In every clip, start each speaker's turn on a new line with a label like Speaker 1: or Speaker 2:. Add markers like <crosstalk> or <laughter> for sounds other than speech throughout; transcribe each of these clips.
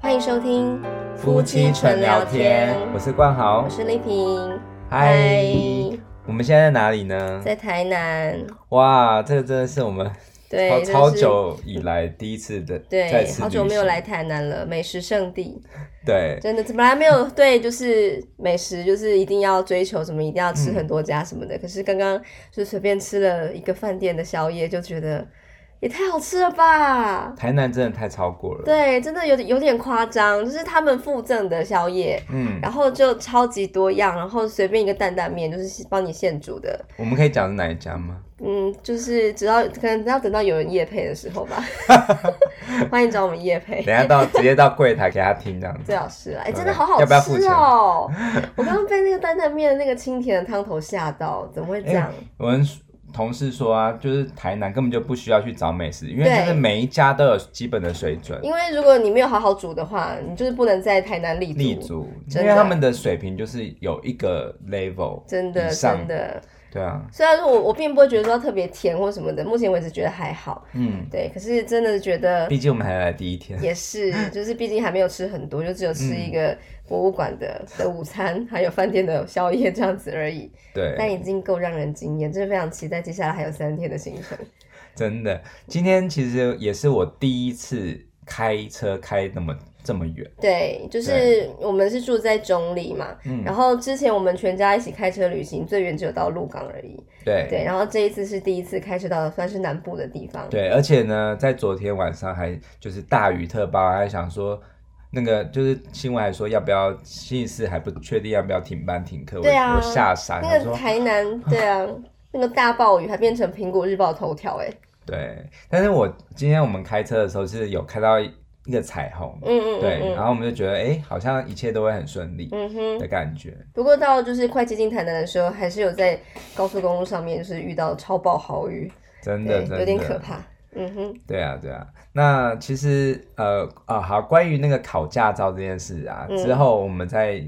Speaker 1: 欢迎收听
Speaker 2: 夫妻纯聊天，我是冠豪
Speaker 1: 我，是丽萍，
Speaker 2: 嗨，我们现在在哪里呢？
Speaker 1: 在台南，
Speaker 2: 哇，这个真的是我们
Speaker 1: 对，
Speaker 2: 超
Speaker 1: 真是
Speaker 2: 超，久以来第一次的再
Speaker 1: 对，
Speaker 2: 次
Speaker 1: 好久
Speaker 2: 旅
Speaker 1: 没有
Speaker 2: 行
Speaker 1: 来台南了，美食圣地，
Speaker 2: 对
Speaker 1: 真的本来没有 <laughs> 对，就是美食就是一定要追求什么，一定要吃很多家什么的，可是刚刚就随便吃了一个饭店的宵夜，就觉得也太好吃了吧，
Speaker 2: 台南真的太超过了，
Speaker 1: 对，真的有点有点夸张，就是他们附赠的宵夜，
Speaker 2: 嗯，
Speaker 1: 然后就超级多样，然后随便一个担担面就是帮你现煮的，
Speaker 2: 我们可以讲是哪一家吗？
Speaker 1: 嗯，就是直到可能要等到有人夜配的时候
Speaker 2: <laughs>
Speaker 1: 吧，欢迎找我们夜配
Speaker 2: 等。一下到 <laughs> 直接到柜台给他听这样子
Speaker 1: 最，好是啊，哎、
Speaker 2: 对
Speaker 1: 真的好好
Speaker 2: 要不要付
Speaker 1: 吃
Speaker 2: 钱 <laughs>
Speaker 1: 哦！我刚刚被那个担担面的那个清甜的汤头吓到，怎么
Speaker 2: 哎
Speaker 1: 会这样？
Speaker 2: 我们。同事说啊，就是台南根本就不需要去找美食，因为
Speaker 1: 对
Speaker 2: 就是每一家都有基本的水准
Speaker 1: 因为如果你没有好好煮的话，你就是不能在台南立足。
Speaker 2: 立足，因
Speaker 1: 真的
Speaker 2: 为他们的水平就是有一个 level
Speaker 1: 真的
Speaker 2: 以上
Speaker 1: 真，的，
Speaker 2: 对啊，
Speaker 1: 虽然说我我并不会觉得说特别甜或什么的，目前为止觉得还好，
Speaker 2: 嗯，
Speaker 1: 对，可是真的觉得
Speaker 2: 毕竟嗯我们还来第一天，
Speaker 1: 也是，就是毕竟还没有吃很多，就只有吃一个博物馆的的午餐，还有饭店的宵夜这样子而已。
Speaker 2: 对，
Speaker 1: 但已经够让人惊艳，真的非常期待接下来还有三天的行程。
Speaker 2: 真的，今天其实也是我第一次开车开那么这么远，
Speaker 1: <laughs> 对，嗯就是我们是住在中里嘛，然后之前我们全家一起开车旅行，最远只有到鹿港而已。
Speaker 2: 对
Speaker 1: 对，然后这一次是第一次开车到算是南部的地方。
Speaker 2: 对而且呢，在昨天晚上还就是大雨特报，还想说那个就是新闻还说要不要星期四还不确定要不要停班停课，
Speaker 1: 对啊
Speaker 2: 我我吓傻，
Speaker 1: 那
Speaker 2: 想
Speaker 1: 个
Speaker 2: 说
Speaker 1: 台 <laughs> 南，对啊，那个大暴雨还变成苹果日报头条哎、
Speaker 2: 对，但是我今天我们开车的时候是有看到一个彩虹，
Speaker 1: 嗯嗯嗯，
Speaker 2: 对，
Speaker 1: 嗯
Speaker 2: 然后我们就觉得哎、诶好像一切都会很顺利
Speaker 1: 嗯哼。
Speaker 2: 的感觉，
Speaker 1: 不过到就是快接近台南的时候，还是有在高速公路上面就是遇到超暴豪雨，
Speaker 2: 真的
Speaker 1: 对
Speaker 2: 真，的
Speaker 1: 有点可怕。嗯哼，
Speaker 2: 对啊，对啊。那其实呃啊，好，关于那个考驾照这件事啊，
Speaker 1: 嗯
Speaker 2: 之后我们再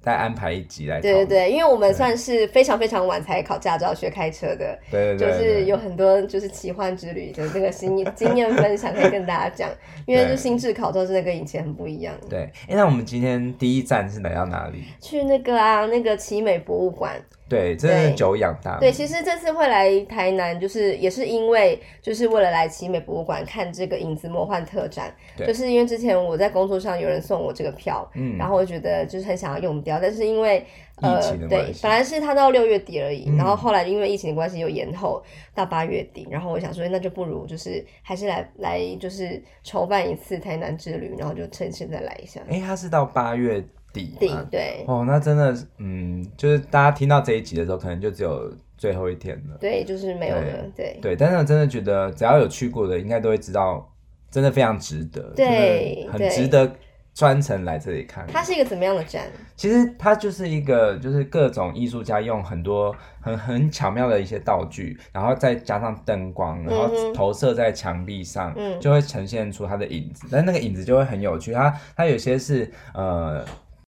Speaker 2: 再安排一集来讨
Speaker 1: 对对
Speaker 2: 论。
Speaker 1: 对，因为我们算是非常非常晚才考驾照、学开车的，
Speaker 2: 对对对
Speaker 1: 就
Speaker 2: 对
Speaker 1: 是有很多就是奇幻之旅的这个经经验分享可以跟大家
Speaker 2: <laughs>
Speaker 1: 讲，因为就
Speaker 2: 对
Speaker 1: 心智考照真的跟以前很不一样。
Speaker 2: 对。哎，那我们今天第一站是来到哪里？
Speaker 1: 去那个啊，那个奇美博物馆，
Speaker 2: 对，真的
Speaker 1: 对
Speaker 2: 是久仰大名。
Speaker 1: 对，其实这次会来台南，就是也是因为就是为了来奇美博物馆看这个影子魔幻特展，
Speaker 2: 对
Speaker 1: 就是因为之前我在工作上有人送我这个票，
Speaker 2: 嗯
Speaker 1: 然后我觉得就是很想要用掉，但是因为呃
Speaker 2: 疫情的
Speaker 1: 对
Speaker 2: 关，系
Speaker 1: 本来是它到六月底而已，
Speaker 2: 嗯
Speaker 1: 然后后来因为疫情的关系又延后到八月底，然后我想说那就不如就是还是来来就是筹办一次台南之旅，然后就趁现在来一下，
Speaker 2: 哎，它是到八月底
Speaker 1: 对
Speaker 2: 吗。
Speaker 1: 对。
Speaker 2: 哦，那真的是，嗯，就是大家听到这一集的时候，可能就只有最后一天了。
Speaker 1: 对，就是没有了。对，
Speaker 2: 对，但是我真的觉得，只要有去过的，应该都会知道，真的非常值得，
Speaker 1: 对
Speaker 2: 真的
Speaker 1: 对
Speaker 2: 很值得专程来这里看。
Speaker 1: 它是一个怎么样的展？
Speaker 2: 其实它就是一个，就是各种艺术家用很多很很巧妙的一些道具，然后再加上灯光，然
Speaker 1: 嗯哼
Speaker 2: 后投射在墙壁上，
Speaker 1: 嗯
Speaker 2: 就会呈现出它的影子。但那个影子就会很有趣，它它有些是呃，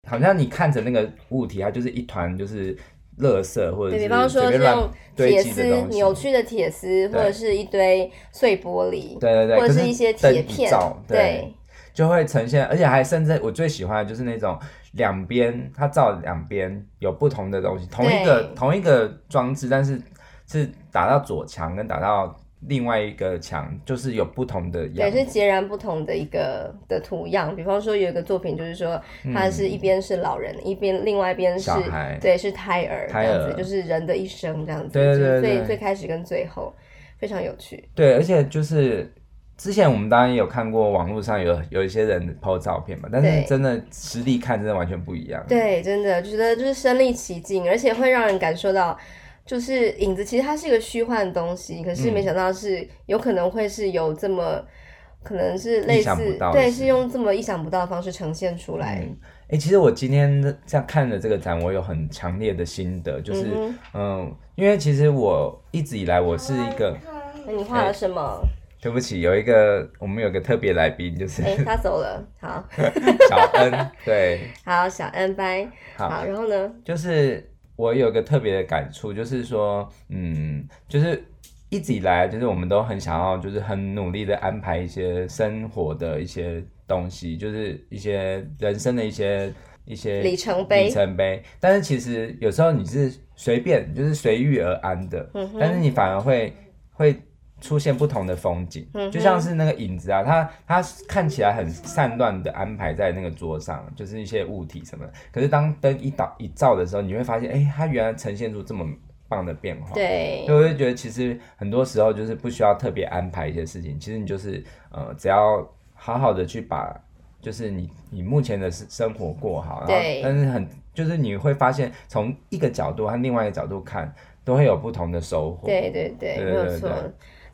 Speaker 2: 好像你看着那个物体，它就是一团就是垃圾或者
Speaker 1: 对
Speaker 2: 是
Speaker 1: 比方说
Speaker 2: 随
Speaker 1: 是
Speaker 2: 便乱
Speaker 1: 用铁
Speaker 2: 堆积的
Speaker 1: 丝
Speaker 2: 东西。
Speaker 1: 扭曲的铁丝，或者是一堆碎玻璃，
Speaker 2: 对对对，
Speaker 1: 或者
Speaker 2: 可
Speaker 1: 是一些铁
Speaker 2: 灯一
Speaker 1: 片
Speaker 2: 照，对，
Speaker 1: 对
Speaker 2: 就会呈现，而且还甚至我最喜欢的就是那种两边它照两边有不同的东西，同一个
Speaker 1: 对
Speaker 2: 同一个装置，但是是打到左墙跟打到另外一个墙，就是有不同的样哦
Speaker 1: 对，是
Speaker 2: 子。
Speaker 1: 截然不同的一个的图样。比方说有一个作品，就是说它是一边是老人，一边另外一边是
Speaker 2: 嗯小孩
Speaker 1: 对是胎儿，
Speaker 2: 胎
Speaker 1: 这样子
Speaker 2: 儿
Speaker 1: 就是人的一生这样子，
Speaker 2: 对
Speaker 1: 就
Speaker 2: 对
Speaker 1: 是
Speaker 2: 对
Speaker 1: 最
Speaker 2: 对嗯
Speaker 1: 最开始跟最后非常有趣。
Speaker 2: 对，而且就是之前我们当然也有看过网络上有有一些人 PO 照片嘛，但
Speaker 1: 对
Speaker 2: 是真的实地看真的完全不一样。
Speaker 1: 对，真的觉得就是身临其境，而且会让人感受到。就是影子，其实它是一个虚幻的东西，可
Speaker 2: 嗯
Speaker 1: 是没想到是有可能会是有这么，可能是类
Speaker 2: 意
Speaker 1: 似
Speaker 2: 想不到的
Speaker 1: 对，
Speaker 2: 事
Speaker 1: 是用这么意想不到的方式呈现出来。
Speaker 2: 嗯哎、其实我今天这样看了这个展，我有很强烈的心得，就是
Speaker 1: 嗯
Speaker 2: 嗯因为其实我一直以来我是一个，
Speaker 1: 那你
Speaker 2: 哎
Speaker 1: 画了什么？
Speaker 2: 对不起，有一个我们有个特别来宾，就是
Speaker 1: 哎、他走了，好。
Speaker 2: 小恩，对，
Speaker 1: 好，小恩拜。
Speaker 2: 好
Speaker 1: 好，然后呢？
Speaker 2: 就是我有个特别的感触，就是说，嗯，就是一直以来，就是我们都很想要，就是很努力的安排一些生活的一些东西，就是一些人生的一些一些
Speaker 1: 里程碑
Speaker 2: 里程碑。但是其实有时候你是随便，就是随遇而安的，
Speaker 1: 嗯哼
Speaker 2: 但是你反而会会出现不同的风景，
Speaker 1: 嗯哼
Speaker 2: 就像是那个影子啊，它它看起来很散乱的安排在那个桌上，就是一些物体什么的。可是当灯一倒一照的时候，你会发现，哎、它原来呈现出这么棒的变化。
Speaker 1: 对
Speaker 2: 所以我就觉得，其实很多时候就是不需要特别安排一些事情，其实你就是呃，只要好好的去把，就是你你目前的生生活过好，然后
Speaker 1: 对
Speaker 2: 但是很就是你会发现，从一个角度和另外一个角度看，都会有不同的收获。
Speaker 1: 对对对，
Speaker 2: 对
Speaker 1: 没有
Speaker 2: 对
Speaker 1: 错
Speaker 2: 对。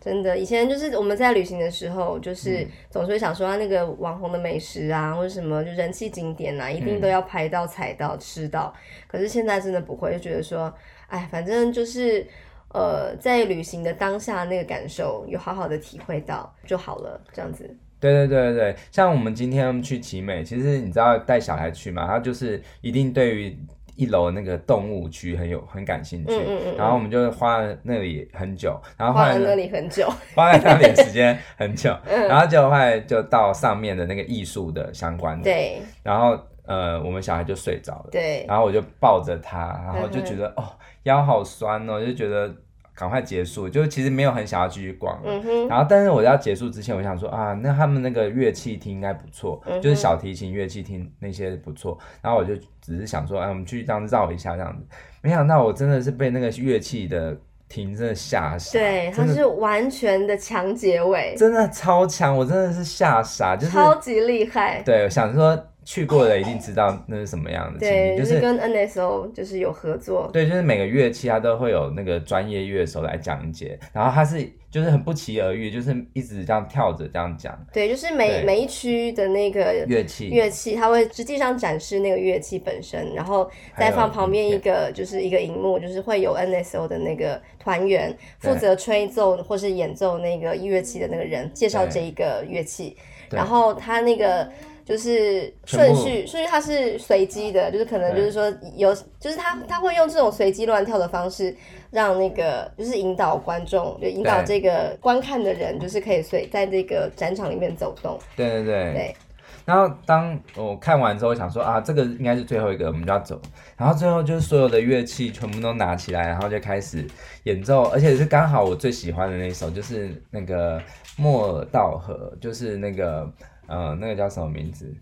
Speaker 1: 真的，以前就是我们在旅行的时候，
Speaker 2: 嗯
Speaker 1: 就是总是会想说啊那个网红的美食啊，或者什么就人气景点啊，一定
Speaker 2: 嗯
Speaker 1: 都要拍到、踩到、吃到。可是现在真的不会，就觉得说，哎，反正就是呃，在旅行的当下那个感受，有好好的体会到就好了，这样子。
Speaker 2: 对对对对对，像我们今天去奇美，其实你知道带小孩去嘛，他就是一定对于一楼那个动物区很有很感兴趣，
Speaker 1: 嗯嗯嗯嗯嗯
Speaker 2: 然后我们就花了那里很久，然后后
Speaker 1: 花
Speaker 2: 来
Speaker 1: 了
Speaker 2: 呢
Speaker 1: 那里很久，
Speaker 2: 花在那里的时间很
Speaker 1: <laughs>
Speaker 2: 久，然后结果后来就到上面的那个艺术的相关的，
Speaker 1: 对
Speaker 2: 然后呃，我们小孩就睡着了，
Speaker 1: 对，嗯
Speaker 2: 然后我就抱着他，然后就觉得、哦腰好酸哦，就觉得赶快结束，就其实没有很想要继续逛了。
Speaker 1: 嗯哼，
Speaker 2: 然后，但是我要结束之前，我想说啊，那他们那个乐器厅应该不错，
Speaker 1: 嗯哼
Speaker 2: 就是小提琴乐器厅那些不错。然后我就只是想说，哎，我们去这样绕一下这样子。没想到我真的是被那个乐器的厅真的吓傻，
Speaker 1: 对，它
Speaker 2: 真的
Speaker 1: 是完全的强结尾，
Speaker 2: 真的超强，我真的是吓傻，就是
Speaker 1: 超级厉害。
Speaker 2: 对，我想说去过的一定知道那是什么样的情
Speaker 1: 对，
Speaker 2: 景，
Speaker 1: 就
Speaker 2: 就是是
Speaker 1: 跟 NSO 就是有合作，
Speaker 2: 对，就是每个乐器它都会有那个专业乐手来讲解，然后它是就是很不期而遇，就是一直这样跳着这样讲
Speaker 1: 对，就是每
Speaker 2: 对
Speaker 1: 每一区的那个
Speaker 2: 乐器，
Speaker 1: 乐器，它会实际上展示那个乐器本身，然后
Speaker 2: 还
Speaker 1: 再
Speaker 2: 有
Speaker 1: 放旁边一
Speaker 2: 影片
Speaker 1: 个就是一个荧幕，就是会有 NSO 的那个团员
Speaker 2: 对
Speaker 1: 负责吹奏或是演奏那个乐器的那个人，介绍
Speaker 2: 对
Speaker 1: 这一个乐器，
Speaker 2: 对
Speaker 1: 然后他那个。就是顺
Speaker 2: 全部
Speaker 1: 序，顺序它是随机的，就是可能
Speaker 2: 对
Speaker 1: 就是说有，就是他他会用这种随机乱跳的方式，让那个就是引导观众，就引导
Speaker 2: 对
Speaker 1: 这个观看的人，就是可以随在这个展场里面走动。
Speaker 2: 对对对。
Speaker 1: 对
Speaker 2: 然后当我看完之后，想说啊，这个应该是最后一个，我们就要走。然后最后就是所有的乐器全部都拿起来，然后就开始演奏，而且是刚好我最喜欢的那一首，就是那个莫尔道河，就是那个呃，那个叫什么名字？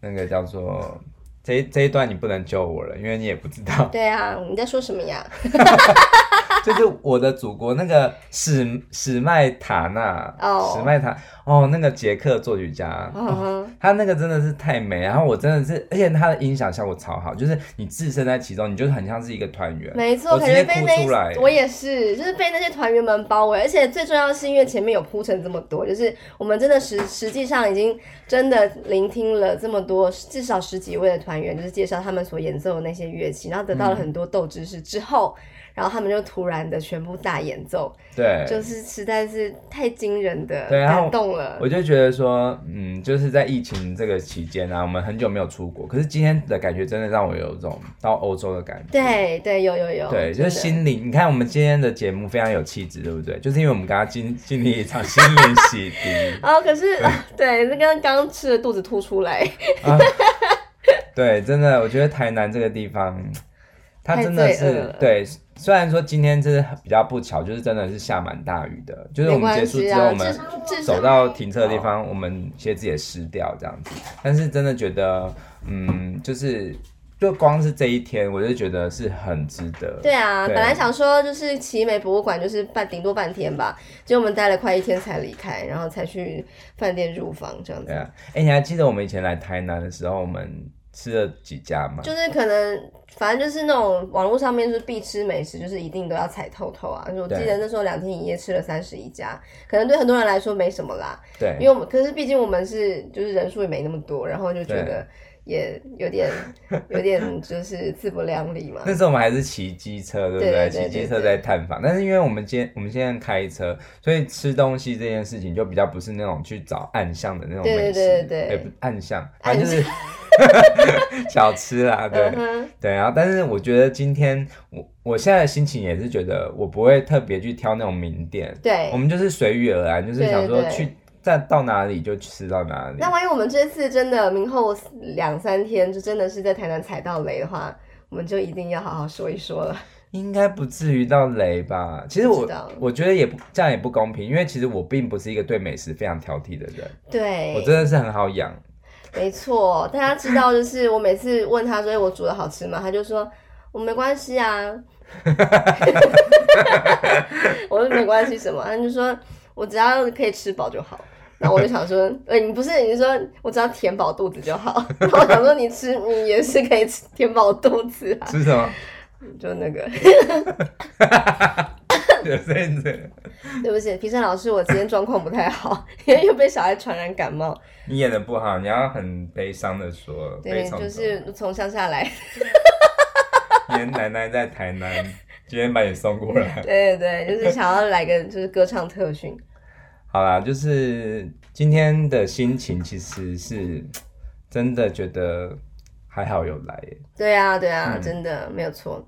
Speaker 2: 那个叫做这一这一段你不能救我了，因为你也不知
Speaker 1: <laughs>
Speaker 2: 道，
Speaker 1: 对啊，你在说什么呀？
Speaker 2: 就是我的祖国那个史史麦塔纳，
Speaker 1: 哦
Speaker 2: 史麦塔哦，那个捷克作曲家，
Speaker 1: 嗯哼，
Speaker 2: 它那个真的是太美，然后我真的是，而且它的音响效果超好，就是你置身在其中，你就是很像是一个团 <laughs> 圆。
Speaker 1: 没错，
Speaker 2: 我
Speaker 1: 感
Speaker 2: 直接
Speaker 1: 觉被
Speaker 2: 哭
Speaker 1: 那
Speaker 2: 出来
Speaker 1: 一，我也是，就是被那些团员们包围，而且最重要的是，因为前面有铺陈这么多，就是我们真的实实际上已经真的聆听了这么多，至少十几位的团员，就是介绍他们所演奏的那些乐器，然后得到了
Speaker 2: 嗯
Speaker 1: 很多豆知识之后，然后他们就突然的全部大演奏，
Speaker 2: 对，
Speaker 1: 就是实在是太惊人的
Speaker 2: 对然后
Speaker 1: 感动了
Speaker 2: 我。就觉得说，嗯，就是在疫情这个期间啊，我们很久没有出国，可是今天的感觉真的让我有一种到欧洲的感觉。
Speaker 1: 对对，有有有，
Speaker 2: 对，就
Speaker 1: 真
Speaker 2: 是
Speaker 1: 的
Speaker 2: 心灵。你看我们今天的节目非常有气质，对不对？就是因为我们刚刚经经历一场心灵洗涤
Speaker 1: 哦，可是 <laughs> 对，那刚刚吃的肚子吐出来，
Speaker 2: 啊。对，真的，我觉得台南这个地方，它真的
Speaker 1: 太罪恶
Speaker 2: 是
Speaker 1: 了
Speaker 2: 对。虽然说今天真的比较不巧，就是真的是下蛮大雨的，就是我
Speaker 1: 没
Speaker 2: 们结
Speaker 1: 关
Speaker 2: 束之
Speaker 1: 系
Speaker 2: 后，
Speaker 1: 啊，
Speaker 2: 我们
Speaker 1: 至至少
Speaker 2: 走到停车的地方，我们鞋子也湿掉这样子。但是真的觉得，嗯，就是就光是这一天，我就觉得是很值得。
Speaker 1: 对啊，
Speaker 2: 对
Speaker 1: 本来想说就是奇美博物馆就是半顶多半天吧，结果我们待了快一天才离开，然后才去饭店入房这样
Speaker 2: 对
Speaker 1: 子，
Speaker 2: 啊，哎、你还记得我们以前来台南的时候，我们吃了几家吗？
Speaker 1: 就是可能反正就是那种网络上面就是必吃美食，就是一定都要踩透透啊。就是我记
Speaker 2: 对
Speaker 1: 得那时候两天一夜吃了三十一家，可能对很多人来说没什么啦，因为
Speaker 2: 对
Speaker 1: 我们可是毕竟我们是就是人数也没那么多，然后就觉得也有点有点就是自不量力
Speaker 2: <laughs>
Speaker 1: 嘛。
Speaker 2: 那时候我们还是骑机车，对不
Speaker 1: 对对对
Speaker 2: 骑机
Speaker 1: 对
Speaker 2: 车
Speaker 1: 对
Speaker 2: 在探访，但是因为我们今天我们现在开车，所以吃东西这件事情就比较不是那种去找暗巷的那种
Speaker 1: 对对
Speaker 2: 美食，
Speaker 1: 对对对
Speaker 2: 哎不暗巷，反
Speaker 1: 暗
Speaker 2: 正就是 <laughs> 小吃啦，对、
Speaker 1: 嗯哼，
Speaker 2: 对。然后，但是我觉得今天我我现在的心情也是觉得我不会特别去挑那种名店，
Speaker 1: 对
Speaker 2: 我。们就是随遇而安，就是
Speaker 1: 对
Speaker 2: 想说
Speaker 1: 对
Speaker 2: 去在到哪里就吃到哪里
Speaker 1: 那。万一我们这次真的明后两三天就真的是在台南踩到雷的话，我们就一定要好好说一说了。
Speaker 2: 应该不至于到雷吧？其实
Speaker 1: 不
Speaker 2: 我
Speaker 1: 知道
Speaker 2: 我觉得也不这样也不公平，因为其实我并不是一个对美食非常挑剔的人，
Speaker 1: <laughs> 对，
Speaker 2: 我真的是很好
Speaker 1: <laughs>
Speaker 2: 养。
Speaker 1: 没错，大家知道，就是我每次问他说哎我煮的好吃吗，他就说我没关系 <laughs> 啊。我说没关系什么？他就说我只要可以吃饱就好。那我就想说，哎、你不是你说我只要填饱肚子就好。然后我想说你吃你也是可以吃填饱肚子啊，
Speaker 2: 吃什么？ <laughs>
Speaker 1: 就那个。
Speaker 2: 有这样子，
Speaker 1: 对不起，皮山老师，我今天状况不太好，因为又被小孩传染感冒。
Speaker 2: 你演的不好，你要很悲伤的说，悲
Speaker 1: 对，
Speaker 2: 伤地
Speaker 1: 就
Speaker 2: 说
Speaker 1: 是从乡下来
Speaker 2: 你的奶奶在台南，今天把你送过
Speaker 1: <laughs>
Speaker 2: 来。
Speaker 1: 对对对，就是想要来个就是歌唱特训。
Speaker 2: 好啦，就是今天的心情其实是真的觉得还好有来耶，
Speaker 1: 对啊，对啊，
Speaker 2: 嗯
Speaker 1: 真的没有错。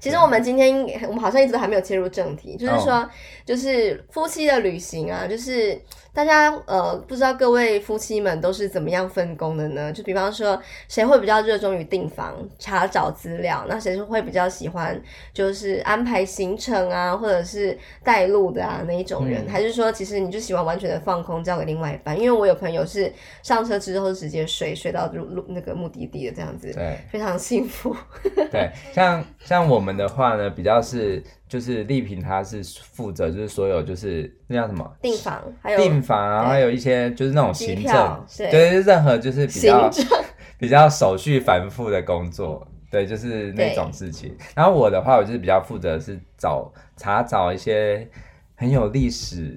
Speaker 1: 其实我们今天我们好像一直都还没有切入正题，
Speaker 2: 哦
Speaker 1: 就是说，就是夫妻的旅行啊，就是大家呃，不知道各位夫妻们都是怎么样分工的呢？就比方说，谁会比较热衷于订房、查找资料？那谁是会比较喜欢就是安排行程啊，或者是带路的啊那一种人？
Speaker 2: 嗯
Speaker 1: 还是说，其实你就喜欢完全的放空，交给另外一半？因为我有朋友是上车之后直接睡，睡到入入那个目的地的这样子。
Speaker 2: 对。
Speaker 1: 非常幸福。
Speaker 2: 对，像像我们的话呢，比较是就是丽萍，她是负责就是所有就是那叫什么
Speaker 1: 订房还有
Speaker 2: 订房啊，然后还有一些就是那种
Speaker 1: 机
Speaker 2: 行
Speaker 1: 票
Speaker 2: 政，
Speaker 1: 对
Speaker 2: 就是任何就是比
Speaker 1: 行
Speaker 2: 较
Speaker 1: 政，
Speaker 2: 比较手续繁复的工作，对，就是那种事情。然后我的话，我就是比较负责是找查找一些很有历史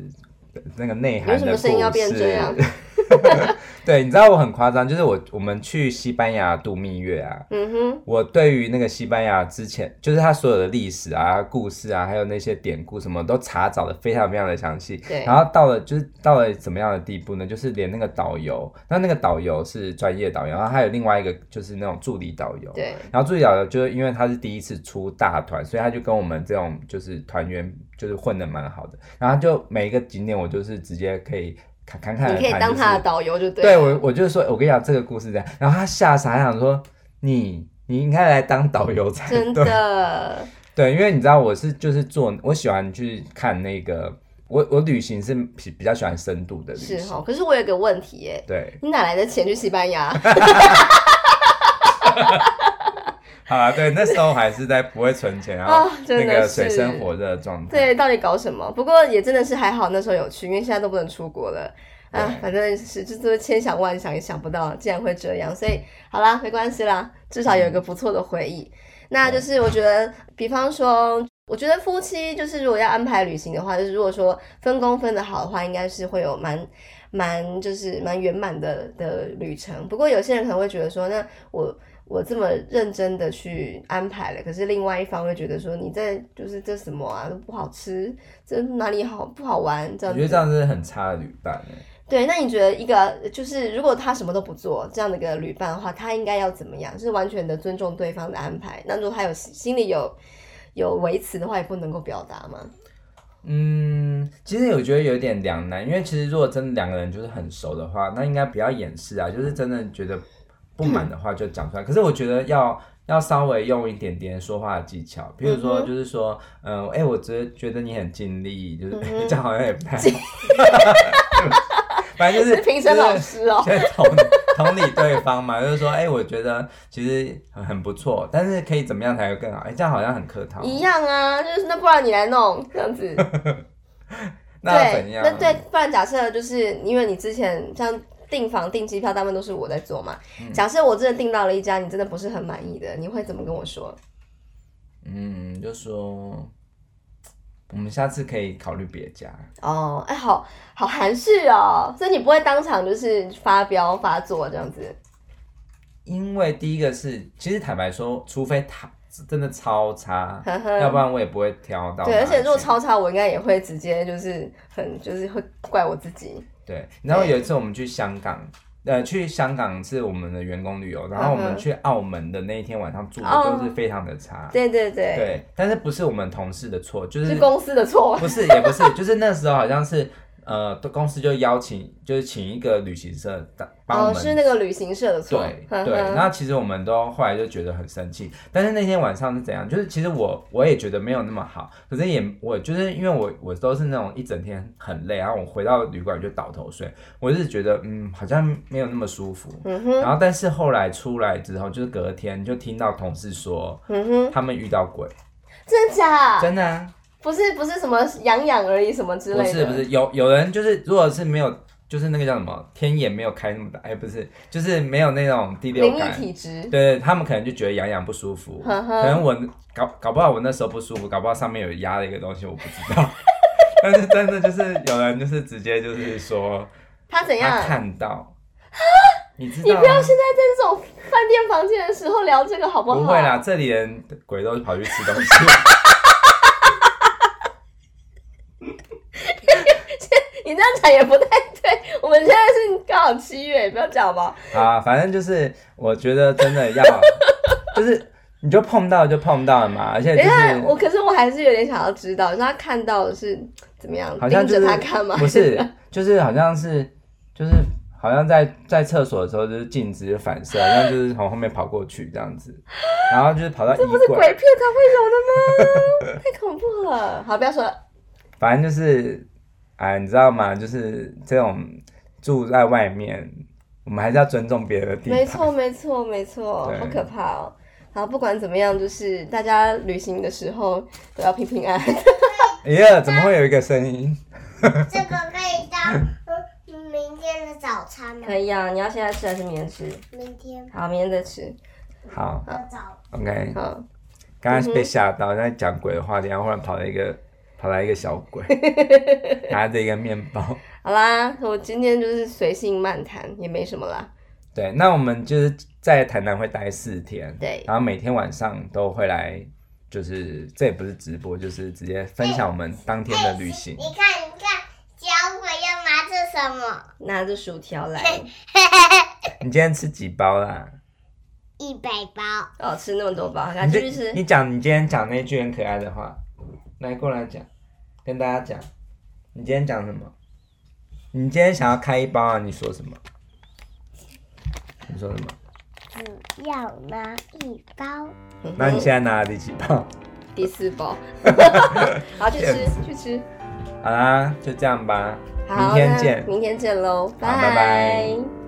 Speaker 2: 的那个内
Speaker 1: 你为
Speaker 2: 涵
Speaker 1: 什
Speaker 2: 的
Speaker 1: 么
Speaker 2: 故
Speaker 1: 声音要变这样
Speaker 2: 事。？ <laughs> 对，你知道我很夸张，就是我我们去西班牙度蜜月啊，
Speaker 1: 嗯哼，
Speaker 2: 我对于那个西班牙之前，就是它所有的历史啊、故事啊，还有那些典故什么，都查找的非常非常的详细。
Speaker 1: 对
Speaker 2: 然后到了就是到了怎么样的地步呢？就是连那个导游，那那个导游是专业导游，然后还有另外一个就是那种助理导游。
Speaker 1: 对
Speaker 2: 然后助理导游就是因为他是第一次出大团，所以他就跟我们这种就是团员就是混的蛮好的。然后就每一个景点我就是直接可以侃侃侃而
Speaker 1: 你
Speaker 2: 谈，
Speaker 1: 可以当
Speaker 2: 就是
Speaker 1: 他的导游就对啊
Speaker 2: 对
Speaker 1: 了。
Speaker 2: 我，我就是说，我跟你讲这个故事这样，然后他吓傻，他想说你你应该来当导游才
Speaker 1: 真
Speaker 2: 对，
Speaker 1: 的，
Speaker 2: <laughs> 对，因为你知道我是就是做，我喜欢去看那个，我我旅行是比比较喜欢深度的旅
Speaker 1: 是哦
Speaker 2: 行，
Speaker 1: 哈。可是我有个问题耶，
Speaker 2: 对，
Speaker 1: 你哪来的钱去西班牙？
Speaker 2: 好啦，对，那时候还是在不会存钱，然后
Speaker 1: 啊真
Speaker 2: 那
Speaker 1: 的
Speaker 2: 个水
Speaker 1: 是
Speaker 2: 深火热的状态，
Speaker 1: 对，到底搞什么？不过也真的是还好那时候有去，因为现在都不能出国了。啊
Speaker 2: 对，
Speaker 1: 反正是就是千想万想也想不到，竟然会这样，所以好啦，没关系啦，至少有一个不错的回
Speaker 2: 嗯
Speaker 1: 忆。那就是我觉得，比方说，我觉得夫妻就是如果要安排旅行的话，就是如果说分工分的好的话，应该是会有蛮蛮就是蛮圆满的的旅程。不过有些人可能会觉得说，那我我这么认真的去安排了，可是另外一方会觉得说，你在就是这什么啊，都不好吃，这哪里好不好玩这
Speaker 2: 我
Speaker 1: 样
Speaker 2: 觉得
Speaker 1: 子
Speaker 2: 这。样是很差的旅伴欸
Speaker 1: 对，那你觉得一个就是如果他什么都不做这样的一个旅伴的话，他应该要怎么样？就是完全的尊重对方的安排。那如果他有心里有有维持的话，也不能够表达吗？ <laughs>
Speaker 2: 嗯，其实我觉得有点两难，因为其实如果真的两个人就是很熟的话，那应该不要掩饰啊，就是真的觉得不满的话就讲出来。可是我觉得要 <laughs> 要稍微用一点点说话的技巧，比如说
Speaker 1: 嗯哼
Speaker 2: 就是说，嗯、哎、我觉得觉得你很尽力，就是、 <laughs>
Speaker 1: 嗯哼
Speaker 2: 这样好像也不
Speaker 1: <laughs>
Speaker 2: 太好，反正就是
Speaker 1: 是评审老
Speaker 2: 就是
Speaker 1: 师哦、
Speaker 2: 先同同理对方嘛，就是说，哎、我觉得其实很很不错，但是可以怎么样才会更好？哎、这样好像很客套。
Speaker 1: 一样啊，就是那不然你来弄这样子。
Speaker 2: 那要
Speaker 1: 对
Speaker 2: 怎样？
Speaker 1: 那对，不然假设就是因为你之前像订房、订机票，大部分都是我在做嘛。
Speaker 2: 嗯
Speaker 1: 假设我真的订到了一家你真的不是很满意的，你会怎么跟我说？
Speaker 2: 嗯，就说我们下次可以考虑别家。
Speaker 1: 哦，哎，好好含蓄哦，所以你不会当场就是发飙发作这样子。
Speaker 2: 因为第一个是，其实坦白说，除非他真的超差，
Speaker 1: 呵呵
Speaker 2: 要不然我也不会挑到哪里去。
Speaker 1: 对，而且如果超差，我应该也会直接就是很就是会怪我自己。
Speaker 2: 对，然后有一次我们去香港，呃，去香港是我们的员工旅游，然后我
Speaker 1: 嗯
Speaker 2: 们
Speaker 1: 哼
Speaker 2: 去澳门的那一天晚上住的
Speaker 1: 哦
Speaker 2: 都是非常的差，
Speaker 1: 对对对，
Speaker 2: 对，但是不是我们同事的错，就是
Speaker 1: 是公司的错。
Speaker 2: 不是也不是，就是那时候好像是呃，公司就邀请就是请一个旅行社当帮我
Speaker 1: 哦，
Speaker 2: 们
Speaker 1: 是那个旅行社的错。
Speaker 2: 对
Speaker 1: 呵呵
Speaker 2: 对，然后其实我们都后来就觉得很生气，但是那天晚上是怎样？就是其实我我也觉得没有那么好，可是也我就是因为我我都是那种一整天很累，然后我回到旅馆就倒头睡，我是觉得嗯好像没有那么舒服。
Speaker 1: 嗯哼，
Speaker 2: 然后但是后来出来之后，就是隔天就听到同事说
Speaker 1: 嗯哼，
Speaker 2: 他们遇到鬼，
Speaker 1: 真假？
Speaker 2: 真的、啊、
Speaker 1: 不是不是什么痒痒而已，什么之类
Speaker 2: 不
Speaker 1: 的。
Speaker 2: 是不是有有人就是如果是没有。就是那个叫什么天眼没有开那么大，哎、不是，就是没有那种第六
Speaker 1: 灵异
Speaker 2: 感，
Speaker 1: 体质。
Speaker 2: <laughs> 对他们可能就觉得痒痒不舒服，
Speaker 1: 呵呵
Speaker 2: 可能我搞搞不好我那时候不舒服，搞不好上面有压了一个东西，我不知道。 <laughs> 但是真的就是有人就是直接就是说
Speaker 1: 他怎样
Speaker 2: 他？看到，你知
Speaker 1: 你
Speaker 2: 道啊
Speaker 1: 不要现在在这种饭店房间的时候聊这个好不好？
Speaker 2: 不会啦，这里人鬼都跑去吃东西， <laughs>
Speaker 1: 你这样讲也不太对。我们现在是刚好七月，不要讲吧。
Speaker 2: 啊，反正就是我觉得真的要就是。你就碰到就碰到了嘛，而且
Speaker 1: 等
Speaker 2: <laughs> 就
Speaker 1: 一下，
Speaker 2: 是
Speaker 1: 我可是我还是有点想要知道，就是他看到的是怎么样，
Speaker 2: 好像就
Speaker 1: 盯
Speaker 2: 是
Speaker 1: 着他看吗？<laughs>
Speaker 2: 不是，就是好像是就是好像在在厕所的时候就是镜子就反射，然后就是从后面跑过去这样子，然后就是跑到衣
Speaker 1: 不是鬼
Speaker 2: 柜，
Speaker 1: 片才会有
Speaker 2: <laughs>
Speaker 1: 的吗？太恐怖了！好，不要说了。
Speaker 2: 反正就是哎，你知道吗？就是这种住在外面，我们还是要尊重别人的地
Speaker 1: 没
Speaker 2: 方。
Speaker 1: 错，没错，没错，
Speaker 2: 对
Speaker 1: 好可怕哦。好，不管怎么样，就是大家旅行的时候都要平平安安。 <laughs>
Speaker 2: 哎呀，怎么会有一个声音？
Speaker 3: 这个可以当嗯明天的早餐吗
Speaker 1: 可？以啊，你要现在吃还是明天吃？
Speaker 3: 明天
Speaker 1: 好，明天再吃。
Speaker 2: 好
Speaker 3: 的早
Speaker 2: ，OK，
Speaker 1: 好，
Speaker 2: 刚刚被吓到，在讲鬼的话，然后忽然跑来一个跑来一个小
Speaker 1: <laughs>
Speaker 2: 鬼，拿着一个面包。
Speaker 1: 好啦，我今天就是随性漫谈，也没什么啦。
Speaker 2: 对，那我们就是在台南会待四天，
Speaker 1: 对
Speaker 2: 然后每天晚上都会来，就是这也不是直播，就是直接分享我们当天的旅行。
Speaker 3: 哎你看，你看，小鬼要拿着什么？ <laughs>
Speaker 1: 拿着薯条来，
Speaker 2: 你今天吃几包啦？
Speaker 3: 一百包。
Speaker 1: 哦，吃那么多包，赶
Speaker 2: 你
Speaker 1: 紧
Speaker 2: 这
Speaker 1: 去吃。
Speaker 2: 你讲你今天讲那句很可爱的话，来过来讲，跟大家讲，你今天讲什么？你今天想要开一包啊？你说什么？你说什么？
Speaker 3: 只嗯要拿一包，
Speaker 1: 嗯哼
Speaker 2: 那你现在拿了第几包？
Speaker 1: 第四
Speaker 2: <laughs>
Speaker 1: 包，好去吃去吃。
Speaker 2: 好啦，就这样吧，明
Speaker 1: 好，
Speaker 2: 天
Speaker 1: 那
Speaker 2: 见。
Speaker 1: 明天见喽，
Speaker 2: 拜拜
Speaker 1: 拜